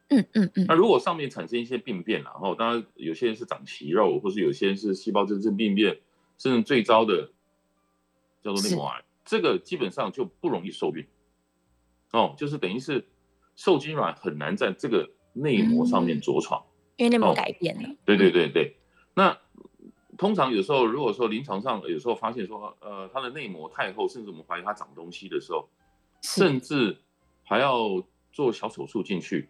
B: 嗯嗯嗯
C: 那如果上面产生一些病变啦，然后当然有些人是长息肉，或是有些人是细胞增生病变，甚至最糟的叫做内膜癌，这个基本上就不容易受孕。哦，就是等于是受精卵很难在这个内膜上面着床。
B: 因为内膜
C: 哦
B: 改变了，
C: 对对对对，那通常有时候如果说临床上有时候发现说，呃，它的内膜太厚，甚至我们怀疑它长东西的时候，
B: 是
C: 甚至还要做小手术进去。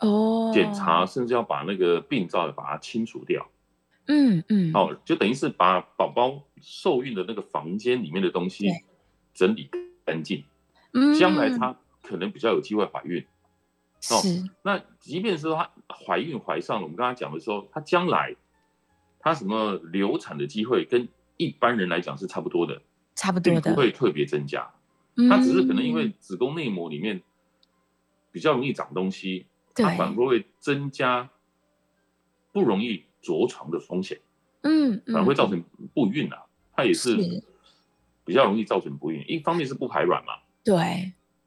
B: 哦，
C: 检查，，甚至要把那个病灶把它清除掉。
B: 嗯嗯，
C: 哦，就等于是把宝宝受孕的那个房间里面的东西
B: 对
C: 整理干净，
B: 嗯，
C: 将来她可能比较有机会怀孕。哦
B: 是
C: 那即便是她怀孕怀上了，我们刚才讲的说，她将来她什么流产的机会跟一般人来讲是差不多的，
B: 差不
C: 并
B: 多
C: 不
B: 的，嗯
C: 会特别增加。它只是可能因为子宫内膜里面比较容易长东西，
B: 对
C: 它反而会增加不容易着床的风险，
B: 嗯嗯
C: 反而会造成不孕啊。它也是
B: 是
C: 比较容易造成不孕，一方面是不排卵嘛，
B: 对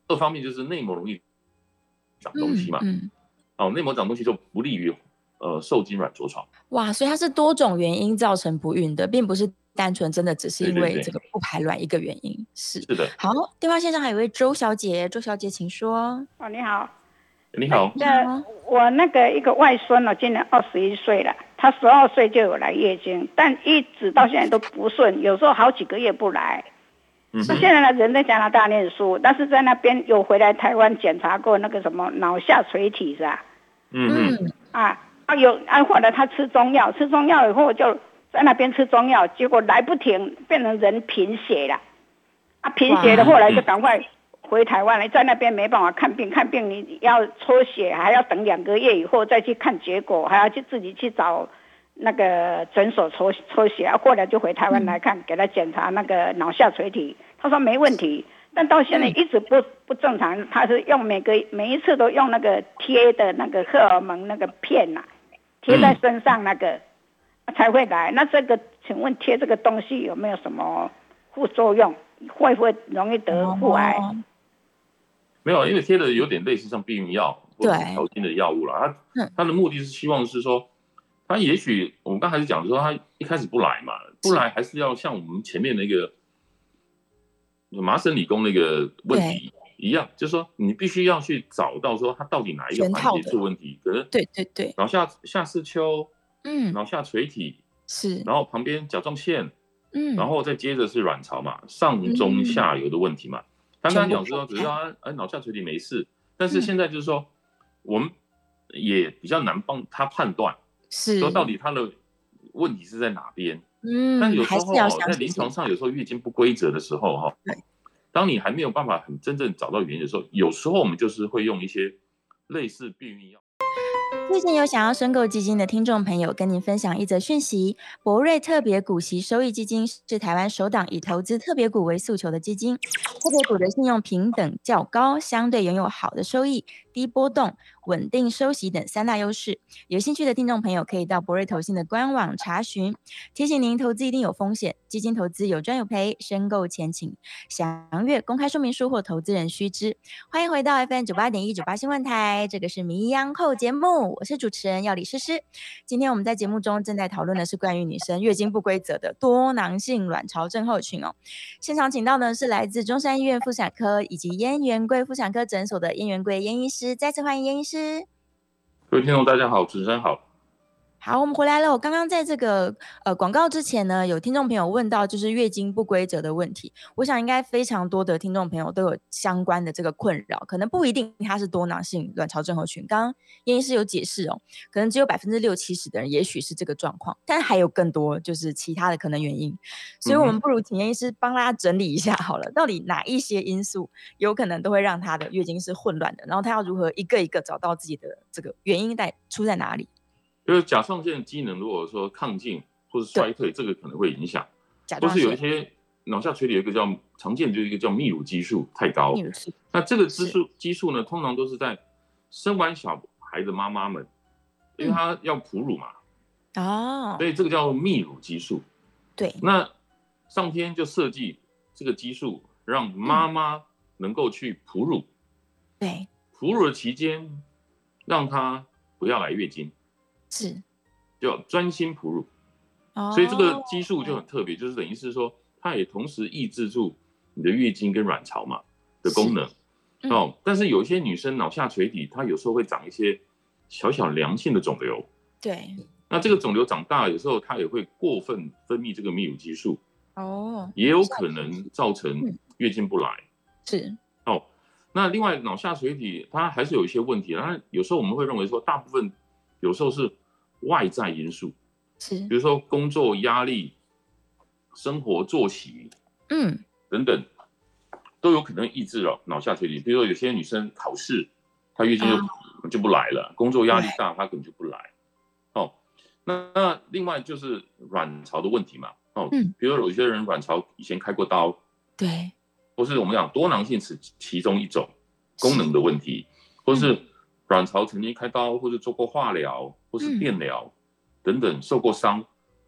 C: 二方面就是内膜容易长东西嘛。
B: 嗯嗯
C: 哦，内膜长东西就不利于呃受精卵着床。
B: 哇，所以它是多种原因造成不孕的，并不是单纯真的只是
C: 对
B: 因
C: 对
B: 为
C: 对
B: 这个不排卵一个原因。是
C: 是的，
B: 好，电话线上还有一位周小姐，周小姐请说。
D: 哦，你好，
C: 你
D: 哎
C: 好，
D: 那我那个一个外孙呢、今年二十一岁了，他十二岁就有来月经，但一直到现在都不顺，有时候好几个月不来。
C: 嗯
D: 那
C: 哼，
D: 现在呢，人在加拿大念书，但是在那边有回来台湾检查过那个什么脑下垂体是吧？
C: 嗯哼，
D: 啊啊有啊，后来他吃中药，吃中药以后就在那边吃中药，结果来不停，变成人贫血了。啊，贫血的
B: 哇
D: 后来就
C: 嗯
D: 赶快回台湾了，在那边没办法看病，看病你要抽血，还要等两个月以后再去看结果，还要去自己去找那个诊所抽抽血。啊，后来就回台湾来看，给他检查那个脑下垂体，他说没问题，但到现在一直不不正常，他是用每个每一次都用那个贴的那个荷尔蒙那个片呐、贴在身上那个、才会来。那这个，请问贴这个东西有没有什么副作用？会不会容易得
B: 哦
D: 腹癌？
C: 没有，因为贴的有点类似像避孕药或者
B: 对
C: 是调经的药物了。
B: 嗯
C: 它它的目的是希望是说，它也许我们刚才讲说，它一开始不来嘛，不来还是要像我们前面那个麻省理工那个问题一样，就是说你必须要去找到说它到底哪一个
B: 全套
C: 环
B: 的
C: 节出问题，可能
B: 对对对，
C: 脑下下视丘、
B: 嗯，
C: 脑下垂体，
B: 是，
C: 然后旁边甲状腺，
B: 嗯，
C: 然后再接着是卵巢嘛，上中下游的问题嘛。刚刚讲说，
B: 嗯全部
C: 只
B: 都
C: 是
B: 看
C: 说啊，哎脑下垂体没事，但
B: 嗯
C: 是现在就是说，我们也比较难帮他判断，
B: 是
C: 说到底他的问题是在哪边。
B: 嗯，
C: 但有时
B: 还
C: 候
B: 是要
C: 哦
B: 相
C: 在
B: 信
C: 临
B: 自己
C: 床上，有时候月经不规则的时候哈
B: 对，
C: 当你还没有办法很真正找到原因的时候，有时候我们就是会用一些类似避孕药。
B: 最近有想要申购基金的听众朋友，跟您分享一则讯息：博瑞特别股息收益基金是台湾首档以投资特别股为诉求的基金。特别股的信用平等较高，相对拥有好的收益、低波动、稳定收息等三大优势。有兴趣的听众朋友可以到博瑞投信的官网查询。提醒您，投资一定有风险，基金投资有赚有赔，申购前请详阅公开说明书或投资人须知。欢迎回到 FM 九八点一九八新闻台，这个是《名医央后》节目，我是主持人药理诗诗。今天我们在节目中正在讨论的是关于女生月经不规则的多囊性卵巢症候群哦。现场请到的是来自中山医院妇产科以及燕园贵妇产科诊所的燕园贵燕医师，再次欢迎燕医师。
C: 各位听众，大家好，主持人好。
B: 好，我们回来了。我刚刚在这个呃广告之前呢，有听众朋友问到就是月经不规则的问题，我想应该非常多的听众朋友都有相关的这个困扰，可能不一定它是多囊性卵巢症候群。刚刚燕医师有解释哦，可能只有百分之六七十的人也许是这个状况，但还有更多就是其他的可能原因。所以我
C: 嗯
B: 们不如请燕医师帮大家整理一下好了，到底哪一些因素有可能都会让她的月经是混乱的，然后她要如何一个一个找到自己的这个原因在出在哪里？
C: 就是甲状腺机能如果说亢进或是衰退，这个可能会影响。
B: 甲
C: 都
B: 状
C: 是有一
B: 腺。
C: 些脑下垂体有一个叫常见，就是一个叫泌乳激素太高
B: 例。如是
C: 那这个激素激素呢，通常都是在生完小孩的妈妈们，因为她要哺乳嘛，
B: 哦
C: 所，以这个叫泌乳激素。
B: 对，
C: 那上天就设计这个激素，让妈妈能够去哺乳，
B: 对，
C: 哺乳的期间让她不要来月经，
B: 是，
C: 就要专心哺乳。
B: 哦，
C: 所以这个激素就很特别，就是等于是说，它也同时抑制住你的月经跟卵巢嘛的功能。
B: 嗯
C: 哦，但是有一些女生脑下垂体，它有时候会长一些小小良性的肿瘤。
B: 对，
C: 那这个肿瘤长大，有时候它也会过分分泌这个泌乳激素，
B: 哦，
C: 也有可能造成
B: 嗯
C: 月经不来。
B: 是，
C: 哦，那另外脑下垂体它还是有一些问题，那有时候我们会认为说，大部分有时候是外在因素，
B: 是
C: 比，如说工作压力、生活作息
B: 嗯，
C: 等等，都有可能抑制了脑下垂体。比如说有些女生考试，她月经就、就不来了，工作压力大，她可能就不来。哦，那那另外就是卵巢的问题嘛。哦，
B: 嗯
C: 比如说有些人卵巢以前开过刀，
B: 对，
C: 或是我们讲多囊性是其中一种功能的问题，或
B: 嗯
C: 是卵巢曾经开刀，或是做过化疗，或
B: 嗯
C: 是电疗、等等受过伤，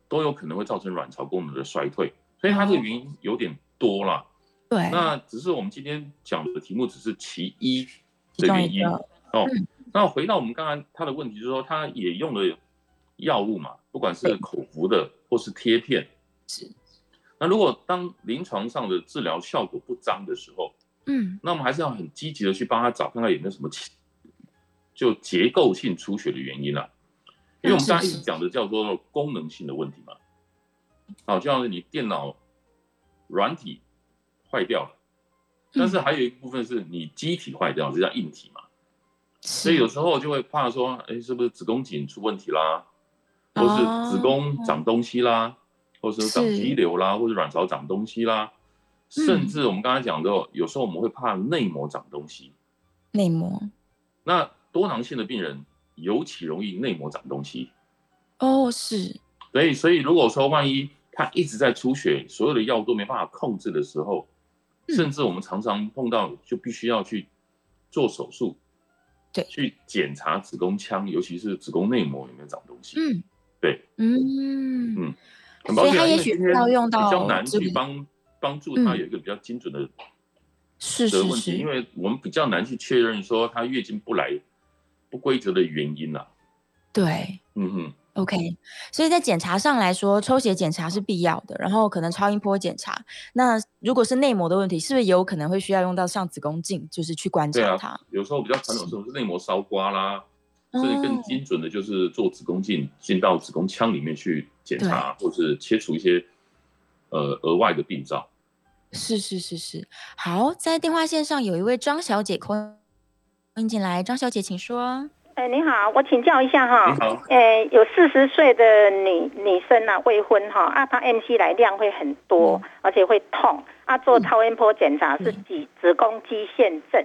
C: 都有可能会造成卵巢功能的衰退。所以它这
B: 哦
C: 个原因有点多啦。
B: 对，
C: 那只是我们今天讲的题目只是其一
B: 其
C: 的
B: 中
C: 原
B: 一
C: 因
B: 个，嗯
C: 哦。那回到我们刚刚他的问题，就是说他也用了药物嘛，不管是
B: 对
C: 口服的或是贴片。
B: 是，
C: 那如果当临床上的治疗效果不彰的时候，
B: 嗯，
C: 那我们还是要很积极的去帮他找，看看有没有什么其就结构性出血的原因啊。因为我们刚刚一直讲的叫做功能性的问题嘛，好，就像是你电脑软体坏掉了，但是还有一部分是你机体坏掉，这叫硬体嘛。所
B: 所
C: 以有时候就会怕说，哎，是不是子宫颈出问题啦，或
B: 哦
C: 是子宫长东西啦，或是长肌瘤啦，或是卵巢长东西啦，
B: 嗯
C: 甚至我们刚才讲的，有时候我们会怕内膜长东西。
B: 内膜，
C: 那多囊性的病人尤其容易内膜长东西，
B: 哦，是，
C: 所以所以如果说万一它一直在出血，所有的药物都没办法控制的时候，
B: 嗯
C: 甚至我们常常碰到就必须要去做手术，
B: 对
C: 去检查子宫腔，尤其是子宫内膜有没有长东西。
B: 嗯，
C: 对，
B: 嗯，
C: 嗯，很抱
B: 所以他
C: 歉啊，因
B: 也
C: 为
B: 许
C: 今天
B: 要用到
C: 比较难
B: 这个
C: 去帮帮助他
B: 嗯
C: 有一个比较精准的
B: 是
C: 的
B: 是
C: 问题，因
B: 是，
C: 为我们比较难去确认说她月经不来不规则的原因啦、
B: 对。
C: 嗯哼，
B: OK，所以在检查上来说，抽血检查是必要的，然后可能超音波检查。那如果是内膜的问题，是不是也有可能会需要用到上子宫镜，就是去观
C: 对
B: 察
C: 啊
B: 它？
C: 有时候比较传统的时候是内膜烧刮啦，
B: 哦
C: 甚至更精准的就是做子宫镜进到子宫腔里面去检查，或是切除一些呃额外的病灶。
B: 是是是是。好，在电话线上有一位张小姐扣音进来，张小姐请说。
F: 哎，你好，我请教一下哈
C: 你，好，
F: 哎，有四十岁的女女生啊，未婚哈，啊，她 MC 来量会很多，
C: 嗯
F: 而且会痛，啊，做超音波检查是子子宫肌腺症。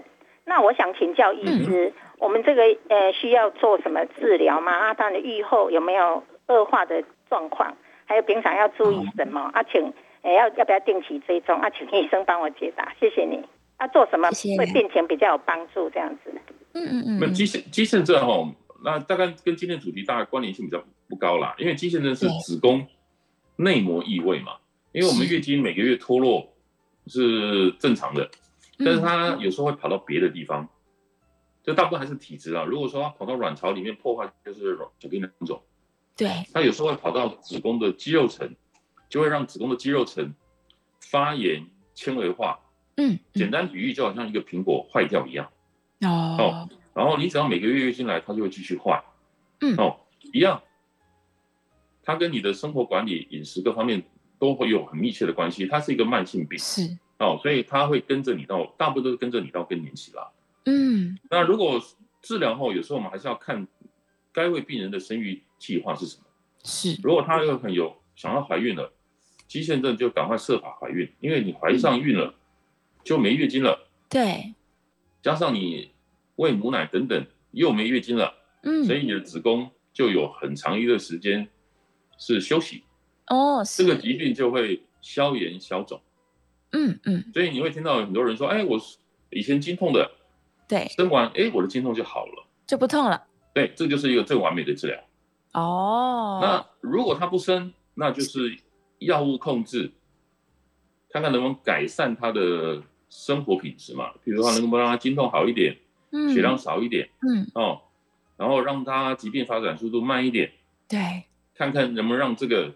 F: 那我想请教医
C: 嗯
F: 师，我们这个呃需要做什么治疗吗？啊，她的愈后有没有恶化的状况？还有平常要注意什么？啊，请哎要要不要定期追踪？啊，请医生帮我解答，谢谢你。啊，做什么
B: 谢谢
F: 对病情比较有帮助？这样子。
B: 嗯嗯嗯
C: 那
B: 嗯，
C: 肌腺肌腺症哈，那大概跟今天主题大概关联性比较不高啦，因为肌腺症是
B: 对
C: 子宫内膜异位嘛，因为我们
B: 是
C: 月经每个月脱落是正常的，
B: 嗯
C: 但是它有时候会跑到别的地方，就大部分还是体质啊。如果说它跑到卵巢里面破坏，就是卵小便囊肿，
B: 对，
C: 它有时候会跑到子宫的肌肉层，就会让子宫的肌肉层发炎、纤维化。
B: 嗯，
C: 简单比喻，就好像一个苹果坏掉一样。
B: 嗯哦，
C: 然后你只要每个月月经来，它就会继续坏。
B: 嗯
C: 哦，一样，它跟你的生活管理、饮食各方面都会有很密切的关系。它是一个慢性病
B: 是，
C: 哦，所以它会跟着你到，大部分都是跟着你到更年期啦。
B: 嗯
C: 那如果治疗后，有时候我们还是要看该位病人的生育计划是什么。
B: 是，
C: 如果她有很有想要怀孕了，肌腺症就赶快设法怀孕，因为你怀上孕了、就没月经了，
B: 对，
C: 加上你喂母奶等等又没月经了，
B: 嗯
C: 所以你的子宫就有很长一段时间是休息，
B: 哦，是，
C: 这个疾病就会消炎消肿。
B: 嗯嗯，
C: 所以你会听到很多人说：“哎，我以前经痛的，
B: 对，
C: 生完哎我的经痛就好了。
B: 就不痛了。”
C: 对，这就是一个最完美的治疗。那
B: 哦，
C: 如果他不生，那就是药物控制，看看能不能改善他的生活品质嘛。比如说，能不能让他经痛好一点，
B: 嗯
C: 血量少一点
B: 嗯，
C: 哦，然后让他疾病发展速度慢一点，
B: 对，
C: 看看能不能让这个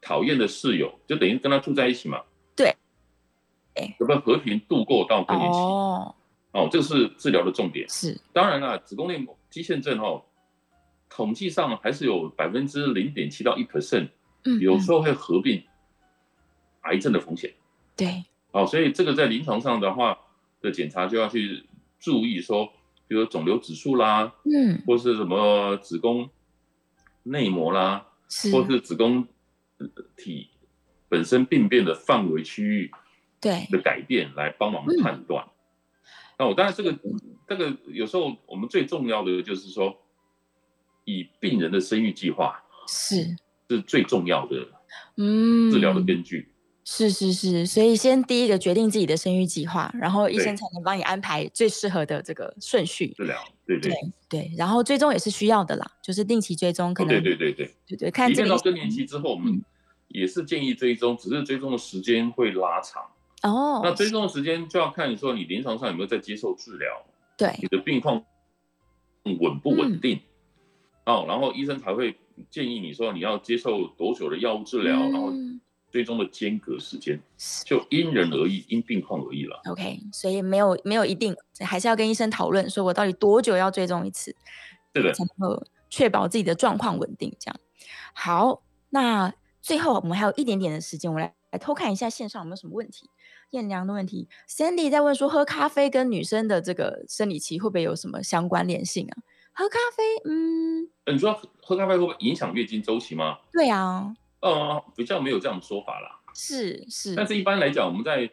C: 讨厌的室友，就等于跟他住在一起嘛。
B: 对对
C: 能不能和平度过到更年期？哦
B: 哦，
C: 这个是治疗的重点。
B: 是，
C: 当然啦，子宫内膜肌腺症哦，统计上还是有百分之零点七到一 percent。
B: 嗯，
C: 有
B: 嗯
C: 时候会合并癌症的风险。
B: 嗯对，
C: 哦，所以这个在临床上的话的检查就要去注意说，比如说肿瘤指数啦，
B: 嗯，
C: 或是什么子宫内膜啦，
B: 是，
C: 或是子宫呃体本身病变的范围区域
B: 对，
C: 的改变来帮忙
B: 嗯
C: 判断。那我当然这个这个有时候我们最重要的就是说，以病人的生育计划
B: 是，
C: 是最重要的
B: 嗯，
C: 治疗的根据。
B: 是是是，所以先第一个决定自己的生育计划，然后医
C: 对
B: 生才能帮你安排最适合的这个顺序。
C: 治疗，对对
B: 对对，然后追踪也是需要的啦，就是定期追踪，可能
C: 哦对对对对，
B: 对对看
C: 一
B: 这个
C: 旦
B: 嗯
C: 到
B: 医
C: 更年
B: 生
C: 期之后，我们也是建议追踪，只是追踪的时间会拉长。
B: 哦，
C: 那追踪的时间就要看你说你临床上有没有在接受治疗，你
B: 对
C: 的病况稳不稳定
B: 嗯
C: 哦，然后医生才会建议你说你要接受多久的药物治疗，然后
B: 嗯
C: 追踪的间隔时间就因人而异，因病况而异了。
B: OK，所以没有没有一定，还是要跟医生讨论，说我到底多久要追踪一次，
C: 对的，
B: 才能够确保自己的状况稳定。这样好，那最后我们还有一点点的时间，我来来偷看一下线上有没有什么问题。燕良的问题，Sandy 在问说，喝咖啡跟女生的这个生理期会不会有什么相关联性啊？喝咖啡，嗯，
C: 呃你说喝咖啡会不会影响月经周期吗？
B: 对啊，
C: 呃，比较没有这样的说法啦。
B: 是是，
C: 但是一般来讲，我们在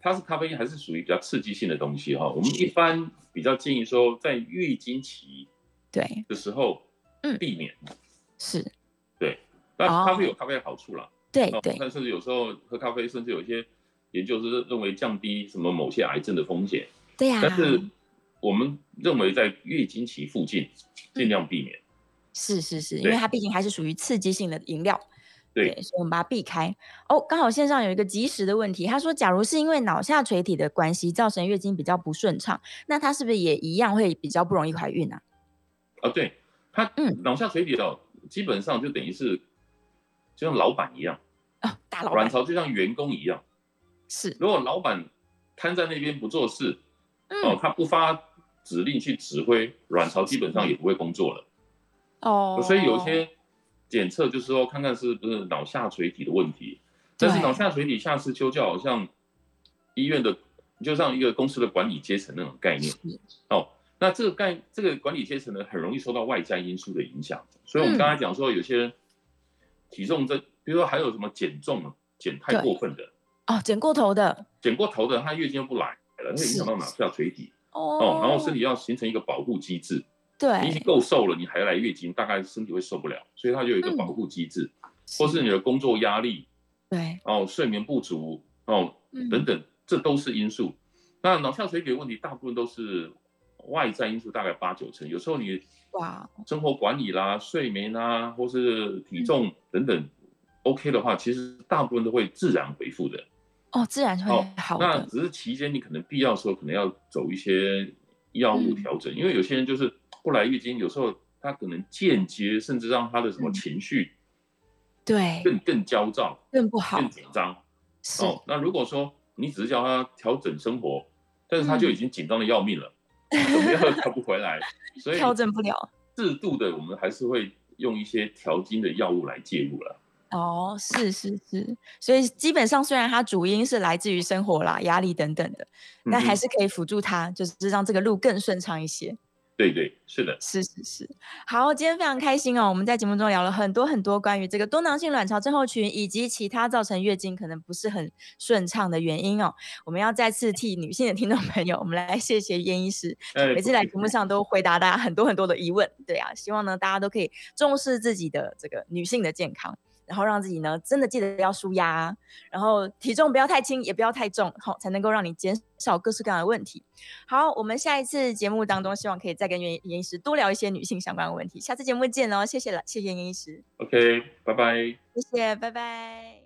C: 它是咖啡因，还是属于比较刺激性的东西哈。我们一般比较建议说，在月经期
B: 对，
C: 的时候，
B: 嗯
C: 避免。
B: 是，
C: 但
B: 哦
C: 咖啡有咖啡的好处啦，
B: 对
C: 哦
B: 对，
C: 但是有时候喝咖啡，甚至有一些研究是认为降低什么某些癌症的风险，
B: 对呀、
C: 但是我们认为在月经期附近
B: 嗯
C: 尽量避免。
B: 是是是，因
C: 对
B: 为它毕竟还是属于刺激性的饮料。
C: 对
B: 所以我们把它避开。哦，刚好线上有一个及时的问题，他说，假如是因为脑下垂体的关系造成月经比较不顺畅，那它是不是也一样会比较不容易怀孕啊？
C: 啊，对，它
B: 嗯
C: 脑下垂体哦，基本上就等于是就像老板一样，
B: 哦，大老
C: 卵
B: 板
C: 巢就像员工一样，
B: 是，
C: 如果老板瘫在那边不做事，哦
B: 嗯，，
C: 他不发指令去指挥，卵巢基本上也不会工作了。
B: 哦，
C: 所以有些检测就是说，看看是不是脑下垂体的问题。但是
B: 对
C: 脑下垂体下视丘就好像医院的，就像一个公司的管理阶层那种概念
B: 是
C: 哦。那这个概这个管理阶层呢，很容易受到外在因素的影响。所以
B: 嗯
C: 我们刚才讲说，有些人体重增，比如说还有什么减重啊，减太
B: 对
C: 过分的，
B: 哦，剪过头的
C: 减过头的，他月经就不来了，会影响到脑下垂体
B: 哦
C: 哦。然后身体要形成一个保护机制，你已经
B: 对，
C: 够瘦了，你还来月经，大概身体会受不了，所以它就有一个
B: 嗯
C: 保护机制，或是你的工作压力
B: 对，
C: 哦、睡眠不足哦
B: 嗯
C: 等等，这都是因素。那脑下垂体的问题大部分都是外在因素，大概八九成，有时候你
B: 哇，哦嗯
C: 生活管理啦、睡眠啊，或是体重等等、OK 的话，其实大部分都会自然恢复的。
B: 哦，自然会
C: 哦
B: 好
C: 那
B: 的，
C: 只是期间你可能必要的时候，可能要走一些药物调
B: 嗯
C: 整，因为有些人就是不来月经，有时候他可能间接甚至让他的什么
B: 嗯
C: 情绪
B: 对，
C: 更更焦躁、
B: 更不好
C: 更，紧张。
B: 是，
C: 哦，那如果说你只是叫他调整生活，但是他就已经紧张的要命 了，怎么样都调不回来，所以
B: 调整不了。
C: 适度的，我们还是会用一些调经的药物来介入了。
B: 哦，是是是，所以基本上虽然它主因是来自于生活啦、压力等等的，但还
C: 嗯
B: 是可以辅助它，就是让这个路更顺畅一些。
C: 嗯对对是的，
B: 是是是，好，今天非常开心哦，我们在节目中聊了很多很多关于这个多囊性卵巢症候群以及其他造成月经可能不是很顺畅的原因哦。我们要再次替女性的听众朋友，我们来谢谢燕医师，
C: 哎
B: 每次
C: 不
B: 来
C: 客
B: 节目
C: 气
B: 上都回答大家很多很多的疑问，对啊，希望呢大家都可以重视自己的这个女性的健康，然后让自己呢真的记得要舒压啊，然后体重不要太轻，也不要太重，好、才能够让你减少各式各样的问题。好，我们下一次节目当中，希望可以再跟袁袁医师多聊一些女性相关的问题，下次节目见哦，谢谢了，谢谢袁医师，
C: OK，拜拜。
B: 谢谢，拜拜。